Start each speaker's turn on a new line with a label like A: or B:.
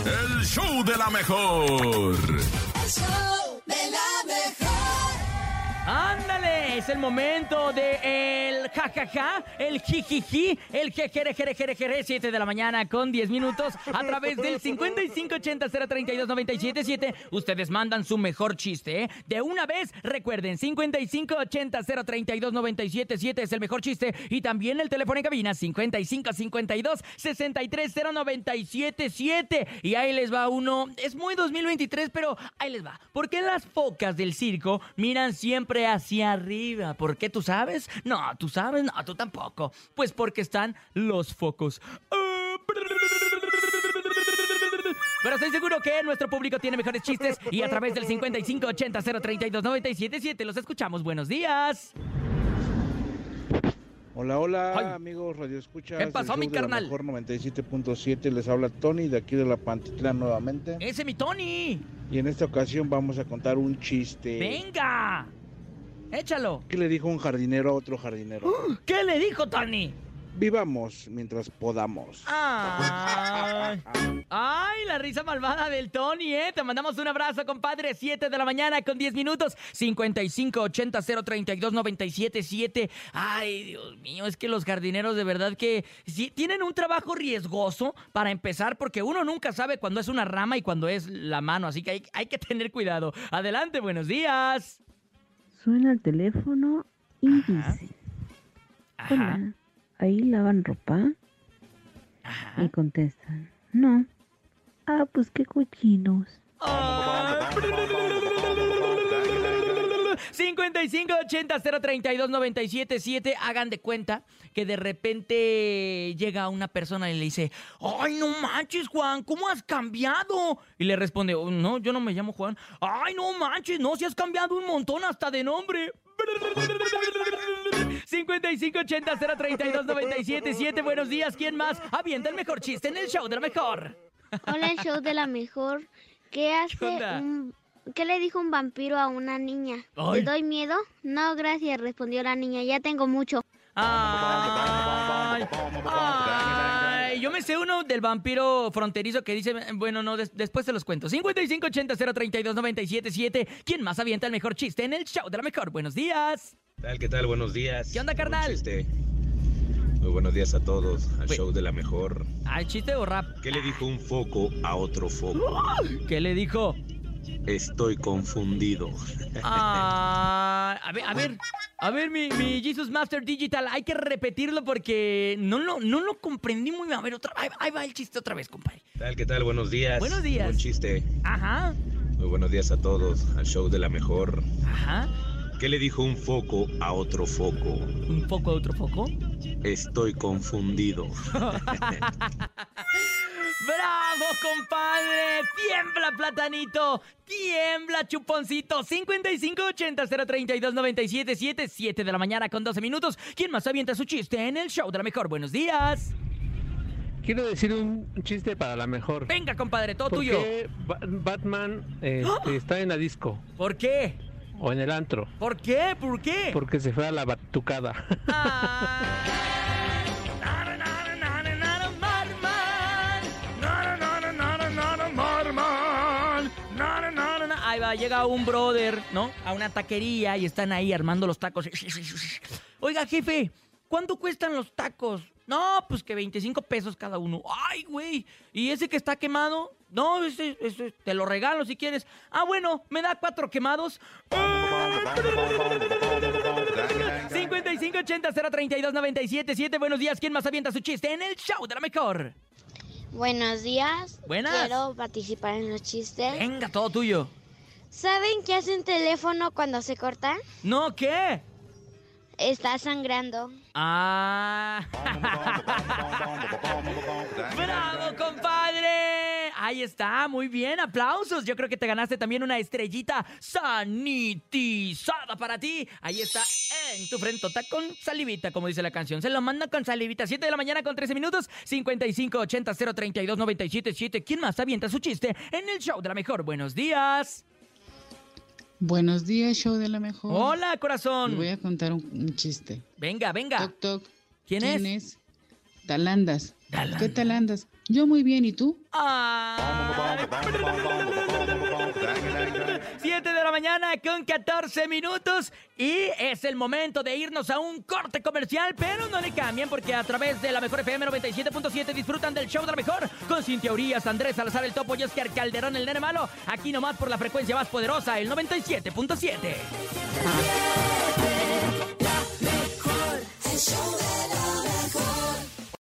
A: El show de la mejor.
B: show de la mejor.
C: ¡Ándale! Es el momento de el jajaja, el jijiji, el jejerejerejerejere, 7 de la mañana con 10 minutos a través del 5580-032-977. Ustedes mandan su mejor chiste, ¿eh? De una vez, recuerden, 5580-032-977 es el mejor chiste y también el teléfono en cabina 5552-630977. Y ahí les va uno, es muy 2023, pero ahí les va. ¿Por qué las focas del circo miran siempre hacia arriba? ¿Por qué tú sabes? No, tú sabes, no, tú tampoco. Pues porque están los focos. Ah, pero estoy seguro que nuestro público tiene mejores chistes y a través del 5580-032-977 los escuchamos. Buenos días.
D: Hola, hola,
C: Ay.
D: amigos Radio Escucha.
C: ¿Qué pasó, mi carnal?
D: Mejor 97.7 les habla Tony de aquí de la Pantitlán nuevamente.
C: Ese mi Tony.
D: Y en esta ocasión vamos a contar un chiste.
C: Venga. Échalo.
D: ¿Qué le dijo un jardinero a otro jardinero?
C: ¿Qué le dijo Tony?
D: Vivamos mientras podamos.
C: Ay. Ay, la risa malvada del Tony, ¿eh? Te mandamos un abrazo, compadre. 7 de la mañana con 10 minutos. 5580-032-977. Ay, Dios mío, es que los jardineros de verdad que sí, tienen un trabajo riesgoso para empezar, porque uno nunca sabe cuándo es una rama y cuándo es la mano. Así que hay, hay que tener cuidado. Adelante, buenos días.
E: Suena el teléfono y
C: Ajá.
E: dice,
C: Ajá,
E: hola, ¿ahí lavan ropa?
C: ajá.
E: Y contestan, no. Ah, pues qué cochinos.
C: Ah. 5580-032-977. Hagan de cuenta que de repente llega una persona y le dice: ¡Ay, no manches, Juan! ¿Cómo has cambiado? Y le responde: "Oh, No, yo no me llamo Juan. ¡Ay, no manches! No, si has cambiado un montón hasta de nombre. 5580-032-977. Buenos días, ¿quién más? Avienta el mejor chiste en el show de la mejor.
F: Hola, el show de la mejor. ¿Qué hace
C: onda?
F: un- ¿Qué le dijo un vampiro a una niña?
C: Ay.
F: ¿Te doy miedo? No, gracias, respondió la niña. Ya tengo mucho.
C: Ay, ay, yo me sé uno del vampiro fronterizo que dice, bueno, no, des- después se los cuento. 5580-032-977. ¿Quién más avienta el mejor chiste en el show de la mejor? Buenos días.
G: ¿Qué tal? ¿Qué tal? Buenos días.
C: ¿Qué onda,
G: Buen
C: carnal? Pues
G: chiste. Muy buenos días a todos, al
C: Güey.
G: show de la mejor.
C: Ay, chiste o rap.
G: ¿Qué le dijo un foco a otro foco?
C: ¿Qué le dijo?
G: Estoy confundido.
C: Ah, a ver, a ver, a ver, mi, mi Jesus Master Digital, hay que repetirlo porque no lo, no lo comprendí muy bien. A ver, otra, ahí, ahí va el chiste otra vez, compadre.
G: ¿Qué tal? ¿Qué tal? Buenos días.
C: Buenos
G: Muy
C: días.
G: Buen chiste.
C: Ajá,
G: Muy buenos días a todos, al show de la mejor.
C: ajá.
G: ¿Qué le dijo un foco a otro foco?
C: Un poco, otro poco.
G: Estoy confundido.
C: ¡Bravo, compadre! ¡Tiembla, platanito! ¡Tiembla, chuponcito! 5580-032-977, 7 de la mañana con 12 minutos. ¿Quién más avienta su chiste en el show de la mejor? Buenos días.
H: Quiero decir un chiste para la mejor.
C: Venga, compadre, todo
H: ¿Por
C: tuyo. ¡Ah!
H: qué Ba- Batman este, está en la disco
C: ¿Por qué?
H: o en el antro?
C: ¿Por qué? ¿Por qué?
H: Porque se fue a la batucada.
C: Ahí va, llega un brother, ¿no? A una taquería y están ahí armando los tacos. Oiga, jefe, ¿cuánto cuestan los tacos? No, pues que 25 pesos cada uno. Ay, güey. ¿Y ese que está quemado? No, ese, ese te lo regalo si quieres. Ah, bueno, me da cuatro quemados. 5580-032-977. Buenos días. ¿Quién más avienta su chiste en el show de la mejor?
F: Buenos días.
C: Buenas. Quiero
F: participar en los chistes.
C: Venga, todo tuyo.
F: ¿Saben qué hace un teléfono cuando se corta?
C: ¿No qué?
F: Está sangrando.
C: Ah. ¡Bravo, compadre! Ahí está, muy bien, aplausos. Yo creo que te ganaste también una estrellita sanitizada para ti. Ahí está, en tu frentota con salivita, como dice la canción. Se lo manda con salivita. 7 de la mañana con 13 minutos, 5580-032-977. ¿Quién más avienta su chiste en el show de la mejor? Buenos días.
I: Buenos días, show de la mejor. Le
C: Hola,
I: voy
C: corazón.
I: a contar un, un chiste.
C: Venga, venga.
I: Toc, toc.
C: ¿Quién es?
I: Talandas.
C: Galán.
I: ¿Qué talandas? Yo muy bien, ¿y tú?
C: Ay, 7 de la mañana con 14 minutos y es el momento de irnos a un corte comercial, pero no le cambien porque a través de la mejor FM 97.7 disfrutan del show de la mejor con Cintia Urias, Andrés Salazar el Topo y Oscar Calderón el Nene Malo, aquí nomás por la frecuencia más poderosa, el 97.7.
B: siete.